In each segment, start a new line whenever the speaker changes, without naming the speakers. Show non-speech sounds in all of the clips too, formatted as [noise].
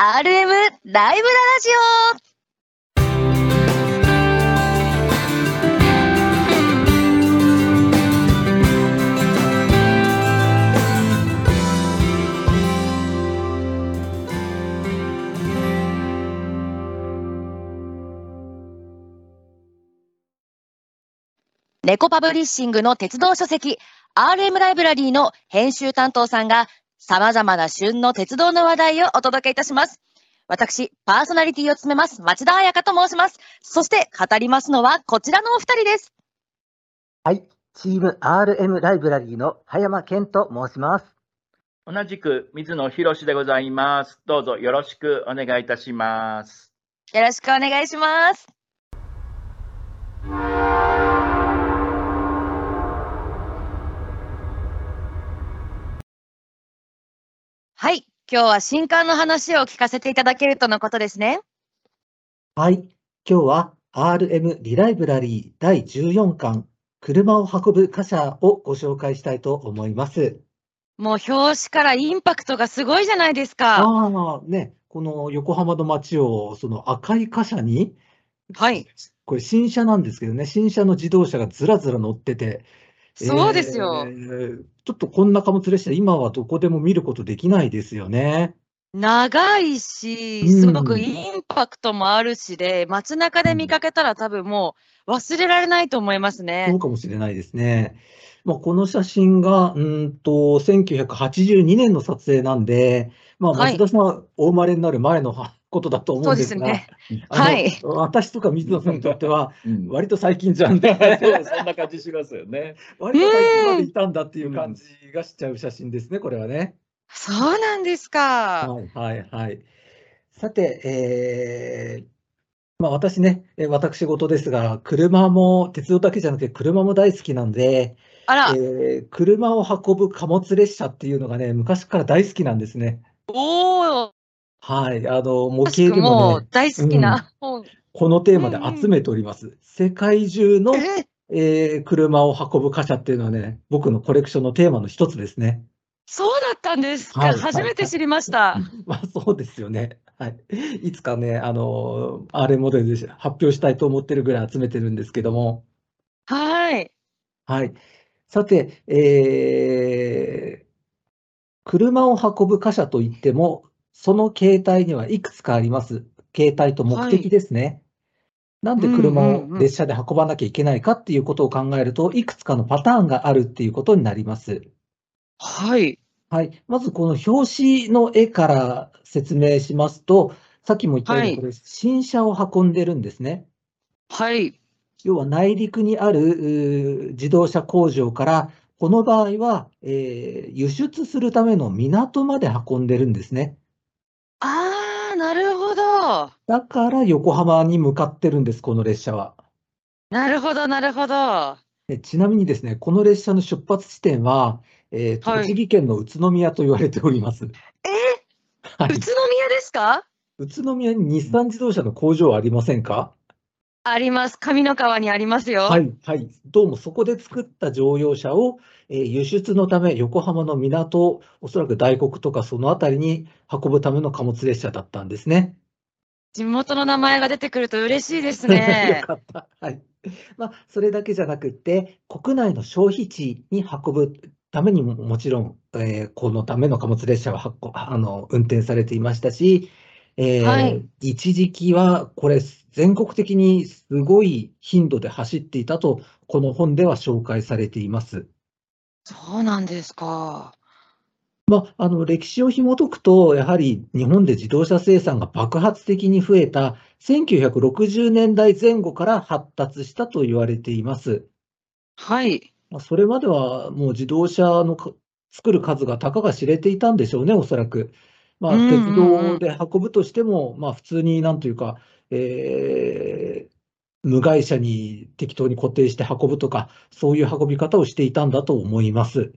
RM ライブララジオネコパブリッシングの鉄道書籍 RM ライブラリーの編集担当さんが様々な旬の鉄道の話題をお届けいたします。私、パーソナリティを務めます、町田彩香と申します。そして、語りますのは、こちらのお二人です。
チーム RM ライブラリーの葉山健と申します。
同じく水野ひろしでございます。どうぞよろしくお願いいたします。
よろしくお願いします。はい。今日は新刊の話を聞かせていただけるとのことですね。
はい。今日は RM リライブラリー第14巻、車を運ぶ貨車をご紹介したいと思います。
もう表紙からインパクトがすごいじゃないですか。
ああ、ね、この横浜の街をその赤い貨車に、
はい。
これ新車なんですけどね、新車の自動車がずらずら乗ってて、
そうですよ。
えーちょっとこんな貨物列車、今はどこでも見ることできないですよね。
長いし、
うん
すごくインパクトもあるしで、街中で見かけたら多分もう忘れられないと思います
そ
ね
う。かもしれないですね。まあ、この写真が、うーんと、1982年の撮影なんで、まあ、
はい
松田さんはお生まれになる前のはことだと思
そううんで
ですすが、
ね。
あの
はい
私とか水野さんにとっては、
うん、
割と最近じゃ
[laughs]
ん
そうそんな感じしますよね。
割と最近までいたんだっていう感じがしちゃう写真ですね、これはね。
そうなんですか。
はいはいはい。さて、えーまあ、私ね、えー私事ですが、車も、鉄道だけじゃなくて車も大好きなんで、
あら、
えー車を運ぶ貨物列車っていうのがね、昔から大好きなんですね。
おお、
はい、あの、模
まさ
型
し
で
くも
も
う
ね、
大好きな本。
このテーマ
うんうん
で集めております。世界中の、
え
えー車を運ぶ貨車っていうのはね、僕のコレクションのテーマの一つですね。 [laughs]
そうだったんですか。
はい
初めて知りました。
まあ、そうですよね。はい。いつかね、あの、あれモデルで発表したいと思ってるぐらい集めてるんですけども。
はい。
はい。さて、えー車を運ぶ貨車といっても、その形態にはいくつかあります。形態と目
はい
的ですね。なんで車
うんうんう
を
ん
列車で運ばなきゃいけないかっていうことを考えると、いくつかのパターンがあるっていうことになります。
はい。
はい。まずこの表紙の絵から説明しますと、さっきも言ったよう
はい
に、これ、新車を運んでるんですね。
はい。
要は内陸にあるうー自動車工場から、この場合は、えー輸出するための港まで運んでるんですね。
ああ、なるほど。
だから横浜に向かってるんです、この列車は。
なるほど、なるほど。
でちなみにですね、この列車の出発地点は、えー
はい
栃木県の宇都宮と言われております。
え
はい
宇都宮ですか
宇都宮に日産自動車の工場はありませんか
あります。上の川にありますよ。
はい、はい。どうもそこで作った乗用車を、えー輸出のため横浜の港、おそらく大黒とかその辺りに運ぶための貨物列車だったんですね。
地元の名前が出てくると嬉しいですね
[laughs] よ。かった。はい。まあ、それだけじゃなくて、国内の消費地に運ぶためにももちろん、えーこのための貨物列車は発行あの運転されていましたし、えー
はい
一時期はこれ全国的にすごい頻度で走っていたと、この本では紹介されています。
そうなんですか。
まあ、あの歴史を紐解くと、やはり日本で自動車生産が爆発的に増えた1960年代前後から発達したと言われています。
はい。
まあそれまではもう自動車のか作る数がたかが知れていたんでしょうね、おそらく。まあ、
うんうん
鉄
うん
道で運ぶとしても、まあ、普通になんというか、えー無害車に適当に固定して運ぶとか、そういう運び方をしていたんだと思います。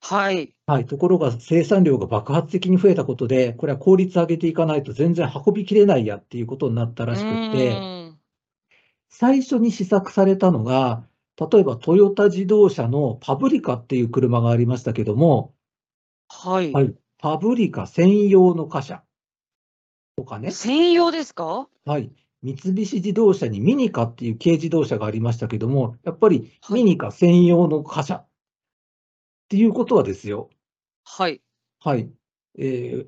はい。
はい、ところが生産量が爆発的に増えたことで、これは効率上げていかないと全然運びきれないやっていうことになった
う
らしくて、
ーん
最初に試作されたのが、例えばトヨタ自動車のパブリカっていう車がありましたけども、
はい。
はいパブリカ専用の貨車。とかね、
専用ですか
はい、三菱自動車にミニカっていう軽自動車がありましたけども、やっぱり
はい
ミニカ専用の貨車っていうことはですよ、
はい。
はい、えー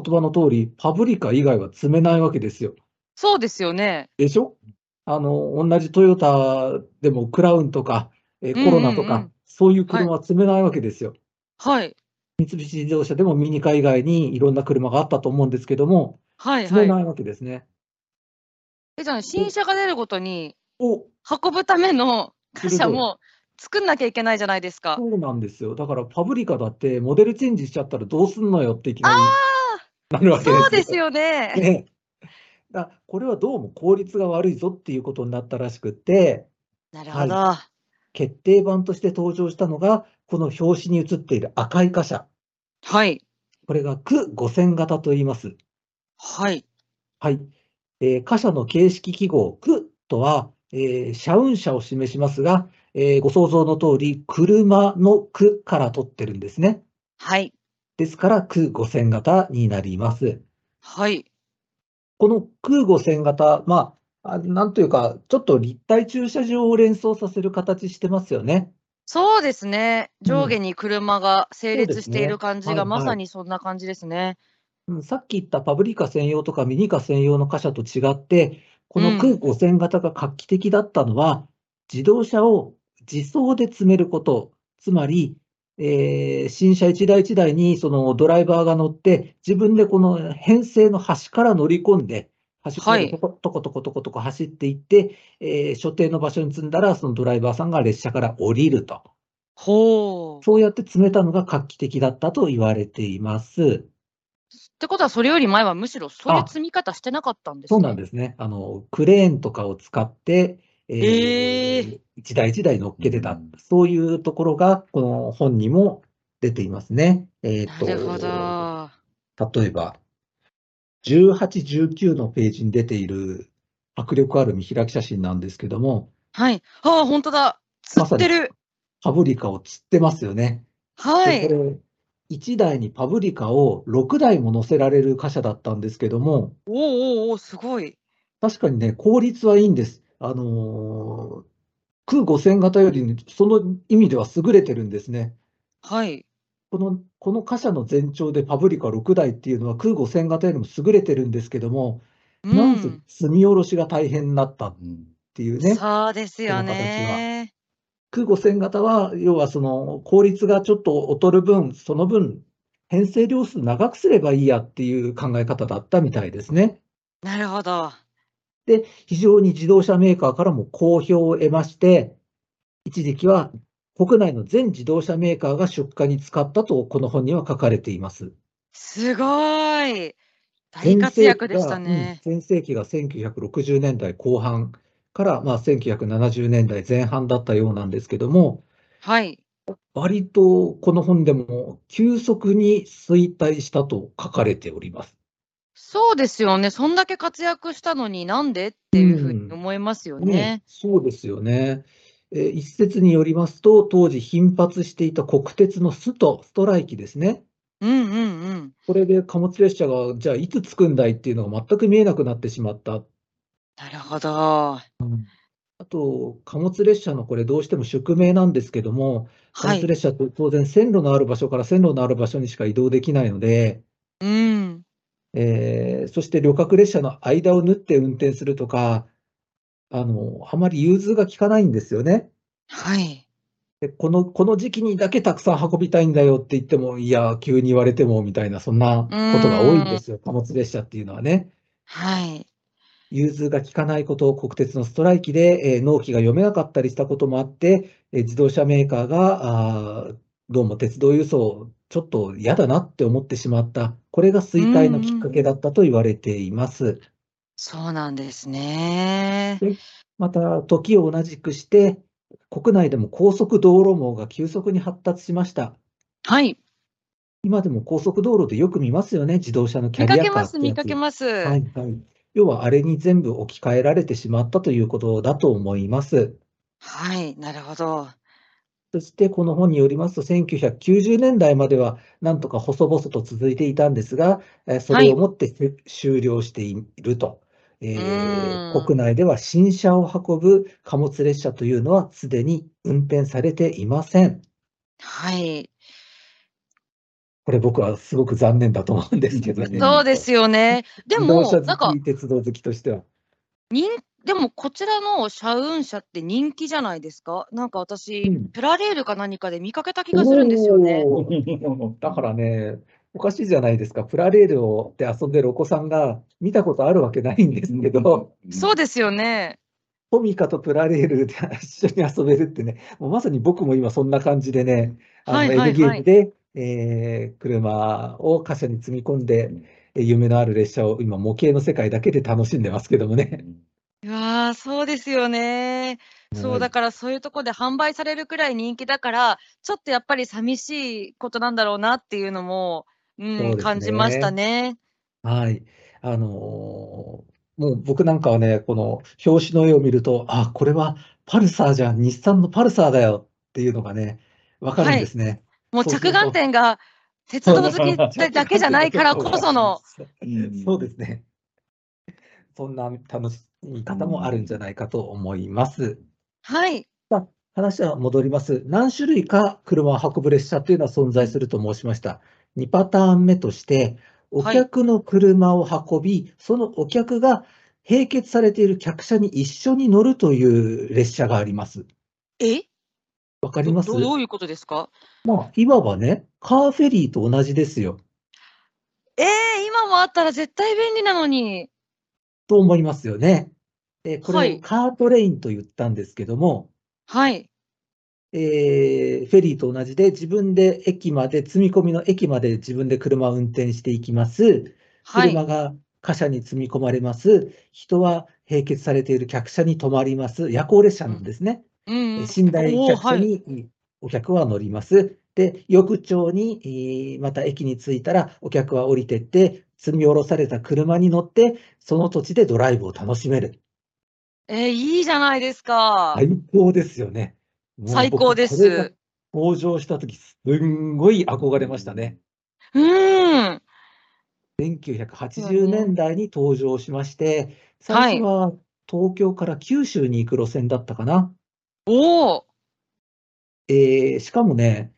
言葉の通り、パブリカ以外は積めないわけですよ。
そうですよね。
でしょあの、同じトヨタでもクラウンとか、えーコロナと
うんうんう
か
ん、
そういう車は積めないわけですよ。
はい。
三菱自動車でもミニカ以外にいろんな車があったと思うんですけども、
はい、
積め
は。
ないいわけですね。
え、じゃあ、新車が出るごとに、
お、
運ぶための貨車も作んなきゃいけないじゃないですか。
そうなんですよ。だからパブリカだってモデルチェンジしちゃったらどうすんのよっていきなりなるわけですよ。
そうですよね。
[laughs] ね。だこれはどうも効率が悪いぞっていうことになったらしくって、
なるほど。
決定版として登場したのが、この表紙に写っている赤い貨車。
はい。
これが区5000型と言います。
はい。
はい。えー貨車の形式記号、区とは、えー車運車を示しますが、えーご想像の通り、車の区から取ってるんですね。
はい。
ですから、空5000型になります。
はい。
この空5000型、まあ、あなんというか、ちょっと立体駐車場を連想させる形してますよね。
そうですね。上下に車が整
そうで
列
す
し
ね
ている感じ
はいは
が
い
まさにそんな感じですね。
うんさっき言ったパブリカ専用とかミニカ専用の貨車と違って、こ
うん
の空5000型が画期的だったのは、自動車を自走で積めること、つまり、えー新車一台一台にそのドライバーが乗って、自分でこの編成の端から乗り込んで、端っこま
は
で
い
トコトコトコトコトコ走っていって、えー所定の場所に積んだら、そのドライバーさんが列車から降りると。
ほう。っ
そうやって積めたのが画期的だったと言われています。
てことは、それより前はむしろそういう
あ
積み方してなかったんですね。
そうなんですね。あの、クレーンとかを使って、え
えー
一台一台乗っけてた、
うん
そういうところが、この本にも出ていますね。えー
な
と、
るほど。
例えば、18、19のページに出ている迫力ある見開き写真なんですけども、
はい。ああ、本当だ。釣
まさ
っ
に
てる。
パブリカを釣ってますよね。
は
でこ
い。
れ、1台にパブリカを6台も乗せられる貨車だったんですけども、
おーおーおーすごい。
確かにね、効率はいいんです。あのー、空5000型より、その意味では優れてるんですね。
はい。
この、この貨車の全長でパブリカ6台っていうのは空5000型よりも優れてるんですけども、
う
なんせ
ん。
積み下ろしが大変になったっ
うん
ていうね。
そうですよね。
空5000型は、要はその効率がちょっと劣る分、その分、編成量数長くすればいいやっていう考え方だったみたいですね。
なるほど。
で、非常に自動車メーカーからも好評を得まして、一時期は国内の全自動車メーカーが出荷に使ったと、この本には書かれています。
すごい。大活躍でしたね。
全盛期がうん全盛期が1960年代後半から、まあ、1970年代前半だったようなんですけども、
はい。
割とこの本でも急速に衰退したと書かれております。
そうですよね。そんだけ活躍したのになんでっていうふう
うん
に思いますよね。
そうですよね。えー一説によりますと、当時頻発していた国鉄のスト、ストライキですね。
うんうんうん。
これで貨物列車が、じゃあいつ着くんだいっていうのが全く見えなくなってしまった。
なるほど。
あと、貨物列車のこれどうしても宿命なんですけども、貨
は
物
い。
列車って当然線路のある場所から線路のある場所にしか移動できないので、
うん。
えーそして旅客列車の間を縫って運転するとか、あの、あまり融通が利かないんですよね。
はい。
でこの、この時期にだけたくさん運びたいんだよって言っても、いや、急に言われてもみたいな、そんなことが多いんですよ、貨物列車っていうのはね。
はい。
融通が利かないこと、国鉄のストライキで、えー納期が読めなかったりしたこともあって、えー自動車メーカーが、あーどうも鉄道輸送、ちょっと嫌だなって思ってしまった、これが衰退のきっかけだったと言われています。
そうなんですね。
また、時を同じくして、国内でも高速道路網が急速に発達しました。
はい。
今でも高速道路でよく見ますよね、自動車のキャ
見か
リア
け
カー
ま
って
す、
やつ。
見かけます。
はいはい。要はあれに全部置き換えられてしまったということだと思います。
はい。なるほど。
そしてこの本によりますと、1990年代まではなんとか細々と続いていたんですが、えーそれをもって終終了していると。えー
うん
国内では新車を運ぶ貨物列車というのはすでに運転されていません。
はい。
これ僕はすごく残念だと思うんですけどね。
ん
そうですよね。で
自動
も
車、
なん
好
か
き、、鉄道好きとしては。
人でもこちらの社運車って人気じゃないですかなんか私、
うん
プラレールか何かで見かけた気がするんですよね。
おーだからね、おかしいじゃないですか。プラレールをで遊んでるお子さんが見たことあるわけないんですけど、
そうですよね。
トミカとプラレールで一緒に遊べるってね、もうまさに僕も今そんな感じでね、あ
はい
の
はいはい
N ゲームで、えー車を貨車に積み込んで、えー夢のある列車を今模型の世界だけで楽しんでますけどもね。
うわーそうですよね。そうだからそういうとこで販売されるくらい人気だからちょっとやっぱり寂しいことなんだろうなっていうのも、う
そうです
ん、
ね
感じましたね。
はい。あのーもう僕なんかはね、この表紙の絵を見ると、あ、これはパルサーじゃん、日産のパルサーだよっていうのがね、わかるんですね。
もう
そうそう
着眼点が鉄道好きだけじゃないからこその。
[laughs] そうですね。 [laughs] そんな楽しみ方もあるんじゃないかと思います。
はい。
話は戻ります。何種類か車を運ぶ列車というのは存在すると申しました。2パターン目として、お
はい
客の車を運び、そのお客が併結されている客車に一緒に乗るという列車があります。
え
わかり
ど
ます
どういうことですか
まあ、いわばね、カーフェリーと同じですよ。
えー、今もあったら絶対便利なのに。
と思いますよね。えーこ
は
れ
い
をカートレインと言ったんですけども、
はい。
えーフェリーと同じで自分で駅まで、積み込みの駅まで自分で車を運転していきます。
はい。
車が貨車に積み込まれます。人は併結されている客車に止まります。夜行列車なんですね。
う
え
んうん
ー寝台
おー
客車にお客は乗ります。で、翌朝にえーまた駅に着いたらお客は降りてって、積み下ろされた車に乗って、その土地でドライブを楽しめる。
えーいいじゃないですか。
最高ですよね。もう
最
僕
高で
これが
す。
登場したとき、すんごい憧れましたね。
うーん。
1980年代に登場しまして、
はい
最初は東京から九州に行く路線だったかな。
おお。
えーしかもね、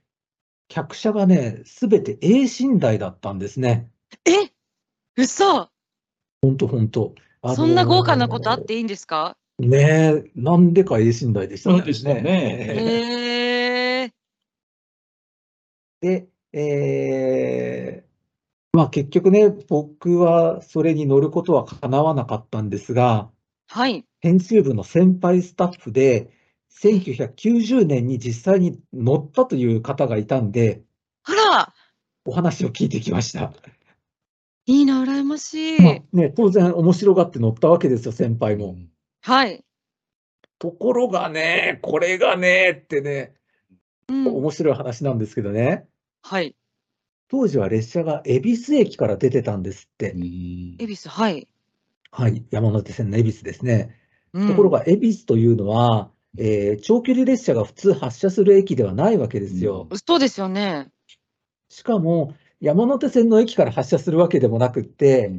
客車がね、すべて A 寝台だったんですね。
え嘘
ほんとほんと。あのー
そんな豪華なことあっていいんですか
ねえ、なんでか A 寝台でした
そうでしたね
へ
え
えー。
で、えーまあ結局ね、僕はそれに乗ることは叶わなかったんですが、
はい。
編集部の先輩スタッフで、1990年に実際に乗ったという方がいたんで、
あら、
お話を聞いてきました。
いいな、羨ましい。
まあね、当然面白がって乗ったわけですよ、先輩も。
はい。
ところがね、これがね、ってね、
うん。
面白い話なんですけどね、
はい。
当時は列車が恵比寿駅から出てたんですって。
恵比寿、はい。
はい、山手線の恵比寿ですね。
うん
ところが、恵比寿というのは、えー長距離列車が普通発車する駅ではないわけですよ。
そうですよね。
しかも、山手線の駅から発車するわけでもなくって、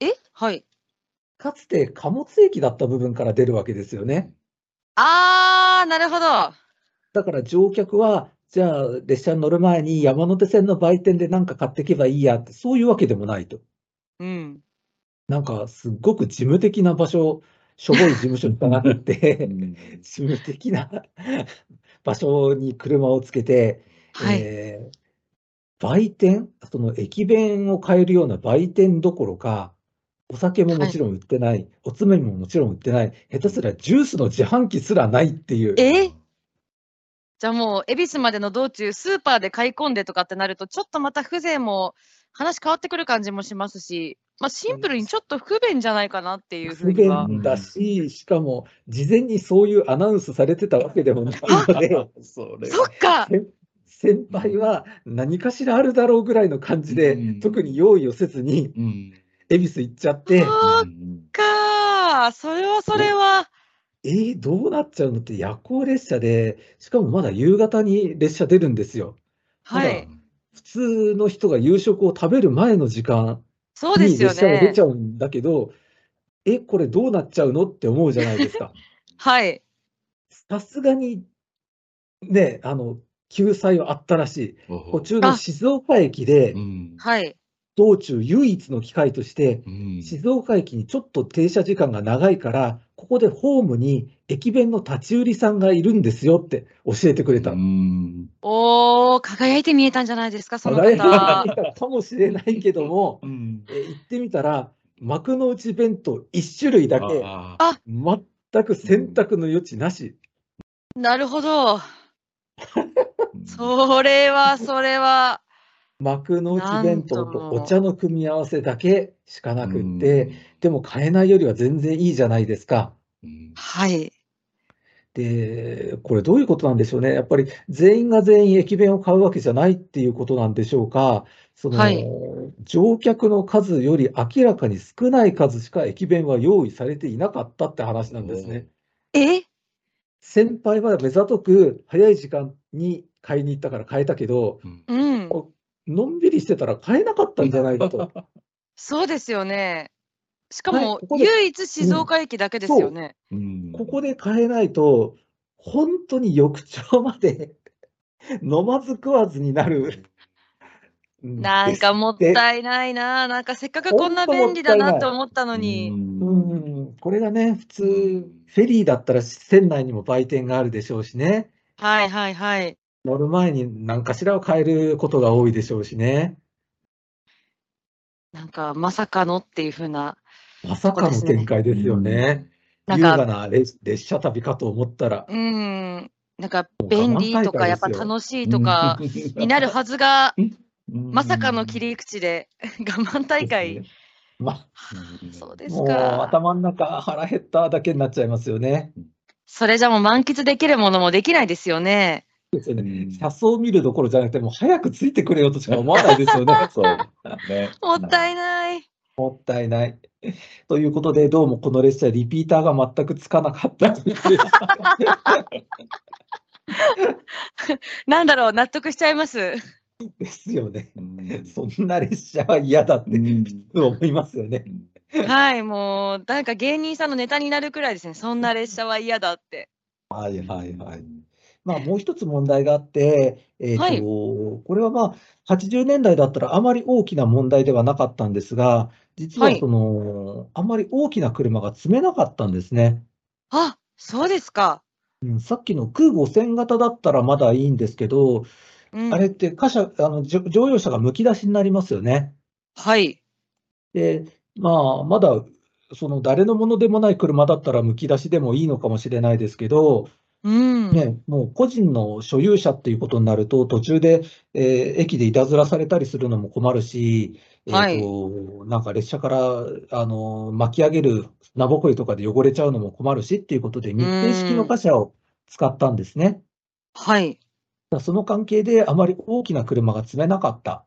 えはい。
かつて貨物駅だった部分から出るわけですよね。
あー、なるほど。
だから乗客は、じゃあ列車に乗る前に山手線の売店で何か買ってけばいいやって、そういうわけでもないと。
うん。
なんか、すっごく事務的な場所、しょぼい事務所にかなって、事務的な [laughs] 場所に車をつけて、
はい。
えー売店、その駅弁を買えるような売店どころか、お酒ももちろん売ってない、おつめももちろん売ってない、下手すらジュースの自販機すらないっていう、
えじゃあもう、恵比寿までの道中、スーパーで買い込んでとかってなると、ちょっとまた風情も、話変わってくる感じもしますし、まあ、シンプルにちょっと不便じゃないかなっていうふう
不
には。
便だし、しかも事前にそういうアナウンスされてたわけでもないので、
それ
そっか
先輩は何かしらあるだろうぐらいの感じで、
うん
特に用意をせずに、恵比寿行っちゃって、
そっかーそれはそれは、
えー、どうなっちゃうのって夜行列車で、しかもまだ夕方に列車出るんですよ。
は
ただ
い。
普通の人が夕食を食べる前の時間
そうで
に
すよ
列車が出
ね
ち。ゃうんだけど、え、これどうなっちゃうのって思うじゃな
[laughs]
いですか。
はい。
さすがに、ね、あの、救済はあったらしい。
ほうほ
途
う
中の静岡駅で
う、ん
はい。
道中唯一の機会として、
うん
静岡駅にちょっと停車時間が長いから、ここでホームに駅弁の立ち売りさんがいるんですよって教えてくれた。
うん
おー、輝いて見えたんじゃないですか、その
輝いて
方。
たかもしれないけども、
うん
え行ってみたら、幕の内弁当1種類だけ、
あ
全く選択の余地なし。
なるほど。
ー
それは、それは。
幕の内弁当とお茶の組み合わせだけしかなくって、、でも買えないよりは全然いいじゃないですか。
うん
はい。
で、これどういうことなんでしょうね。やっぱり全員が全員駅弁を買うわけじゃないっていうことなんでしょうか。その、
はい
乗客の数より明らかに少ない数しか駅弁は用意されていなかったって話なんですね。
え
先輩は目ざとく早い時間に買いに行ったから買えたけど、
うん
うん。
のんびりしてたら買えなかったんじゃないかと。
そうですよね。しかも
は、いここで
唯一静岡駅だけですよね。
うん
ここで買えないと、本当に翌朝まで [laughs] 飲まず食わずになる。
なんかもっ
ですって
たいないな。なんかせっかくこんな便利だなと思ったのに。
うん、これがね、普通、
うん
フェリーだったら船内にも売店があるでしょうしね、
はいはいはい。
乗る前に何かしらを買えることが多いでしょうしね、
なんか、まさかのっていう風な。
まさかの展開ですよね。
なん
優
か
雅な列列車旅かと思ったら、
うん。なんか、便利とか、やっぱ楽しいとか、になるはずが、まさかの切り口で、 [laughs] 我慢大
で
会。
すねま
うん
そう
あ、
です
もう
か。
頭の中腹減っただけになっちゃいますよね。
それじゃもう満喫できるものもできないですよね。
うん
車窓を見るどころじゃなくて、もう早くついてくれよとしか思わないですよね。
[laughs] そうね
もったいない。
もったいない。ということで、どうもこの列車、リピーターが全くつかなかった。
なんだろう、納得しちゃいます。
ですよね。
うん
そんな列車は嫌だっ
う
て
ん
思いますよね。
[laughs] はい、もう、なんか芸人さんのネタになるくらいですね。そんな列車は嫌だって。
はいはいはい。まあ、もう一つ問題があって、えーと
はい
これはまあ、80年代だったらあまり大きな問題ではなかったんですが、実は
はい
その、あまり大きな車が積めなかったんですね。
あ、そうですか。
うんさっきの空5000型だったらまだいいんですけど、
うん、
あれって貨車、あの、じょ乗用車がむき出しになりますよね。
はい。
で、まあ、まだ、その誰のものでもない車だったらむき出しでもいいのかもしれないですけど、
うん。
ね、もう個人の所有者っていうことになると、途中で、えー駅でいたずらされたりするのも困るし、えー
はい
と、なんか列車から、あの、巻き上げる砂ぼこりとかで汚れちゃうのも困るしっていうことで、密閉式の貨車を使ったんですね。
はい。
その関係であまり大きな車が積めなかった。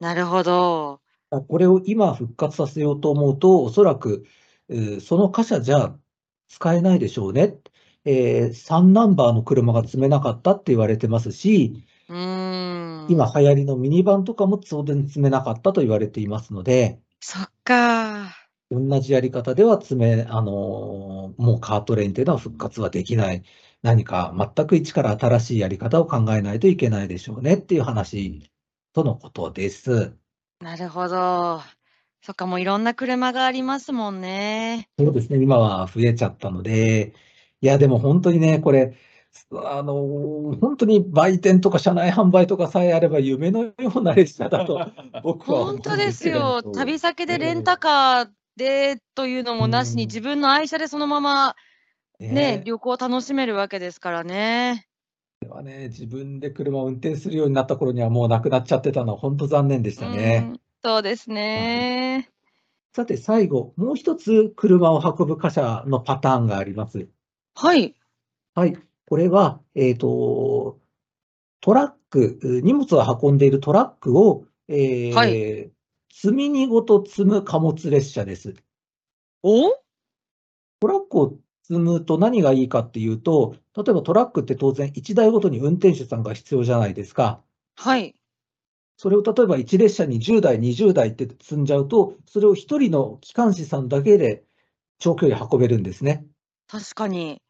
なるほど。
これを今復活させようと思うと、おそらく、えーその貨車じゃ使えないでしょうね。え3ナンバーの車が積めなかったって言われてますし、
うーん。
今。流行りのミニバンとかも当然積めなかったと言われていますので、
そっか。
同じやり方では積め、あのーもうカートレインというのは復活はできない。何か全く一から新しいやり方を考えないといけないでしょうねっていう話とのことです。
なるほど。そっか、もういろんな車がありますもんね。
そうですね、今は増えちゃったので、いや、でも本当にね、これ、あのー本当に売店とか車内販売とかさえあれば夢のような列車だと
[laughs]
僕は思うん
本当です
けれど
よ。
そう
旅先でレンタカーでというのもなしに、
うん
自分の愛車でそのままね、
ね、
旅行を楽しめるわけですからね。
これはね、自分で車を運転するようになった頃にはもうなくなっちゃってたのは本当残念でしたね。
うん。そうですね。
さて最後、もう一つ車を運ぶ貨車のパターンがあります。
はい。
はい、これは、えーと、トラック、う荷物を運んでいるトラックを、えー
は
積み荷ごと積む貨物列車です。
お
トラックを積むと何がいいかっていうと、例えばトラックって当然1台ごとに運転手さんが必要じゃないですか。
はい。
それを例えば1列車に10台、20台って積んじゃうと、それを1人の機関士さんだけで長距離運べるんですね。
確かに。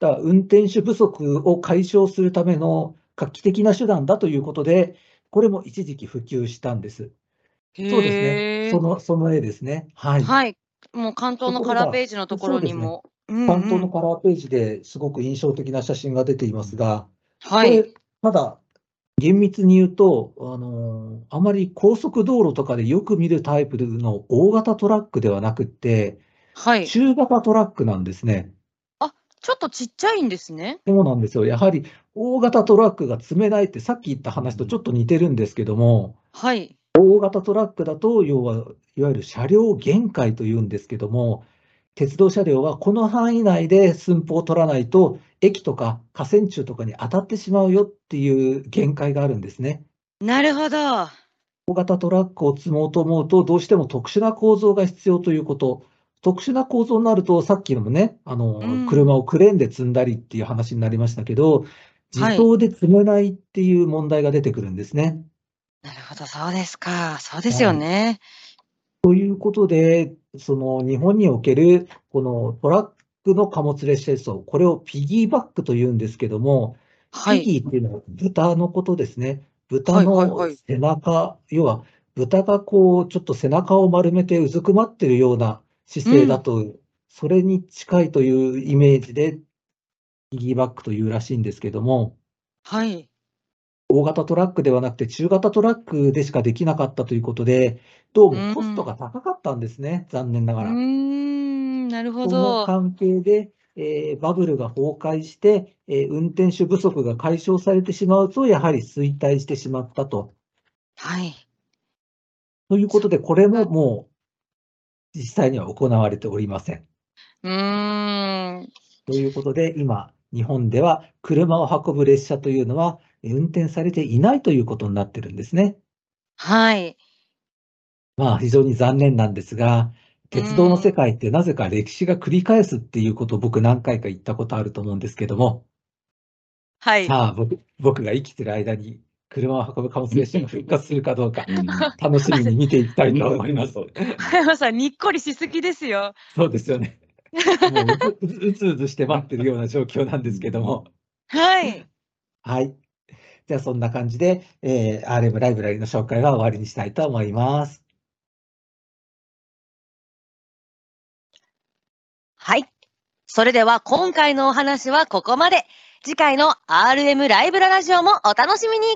だから運転手不足を解消するための画期的な手段だということで、これも一時期普及したんです。そうです
へ
ね。
ー
その、その絵ですね。はい。
はい。もう関東の
とこ
カ
ろが
ラーページのところにも。うんうん
関東のカラーページですごく印象的な写真が出ていますが、
は
こ
い。
れ、まだ厳密に言うと、あのーあまり高速道路とかでよく見るタイプの大型トラックではなくって、
はい。ち
中型トラックなんですね。
ょっとちっちゃいんですね。
そうなんですよ。やはり大型トラックが積めないって、さっき言った話とちょっと似てるんですけども、
はい。
大型トラックだと、要は、いわゆる車両限界というんですけども、鉄道車両はこの範囲内で寸法を取らないと、駅とか河川柱とかに当たってしまうよっていう限界があるんですね。
なるほど。
大型トラックを積もうと思うと、どうしても特殊な構造が必要ということ。特殊な構造になると、さっきのもね、あの、
うん
車をクレーンで積んだりっていう話になりましたけど、
はい
自動で積めないっていう問題が出てくるんですね。
なるほど、そうですか。そうですよね。
ということで、その日本におけるこのトラックの貨物列車輸送、これをピギーバックというんですけども、
は
ピ
い。
ギーっていうのは豚のことですね。
は
豚
いはいは
の
い
背中、要は豚がこう、ちょっと背中を丸めてうずくまってるような姿勢だと、それに近いというイメージで、ピギーバックというらしいんですけども、
はい。
大型トラックではなくて中型トラックでしかできなかったということで、どうもコストが高かったんですね、残念な
う
が
ー
ら。
ん、なるほ
その
ど。
関係で、えーバブルが崩壊して、えー運転手不足が解消されてしまうと、やはり衰退してしまったと。
はい。
ということで、これももう実際には行われておりません。
うーん。
ということで、今、日本では車を運ぶ列車というのは、えー運転されていないということになってるんですね。
はい。
まあ、非常に残念なんですが、鉄道の世界ってなぜか歴史が繰り返すっていうことを僕何回か言ったことあると思うんですけども、
はい。 [laughs]
さあ、僕、僕が生きてる間に車を運ぶ貨物列車が復活するかど
[laughs]
うか、楽しみに見ていきたいと思います。
加山さん、にっこりしすぎですよ。
そうですよね。もううずうずうずして待ってるような状況なんですけども。
はい。
はい。じゃあ、そんな感じで、えー RM ライブラリの紹介は終わりにしたいと思います。
はい。それでは今回のお話はここまで。次回の RM ライブララジオもお楽しみに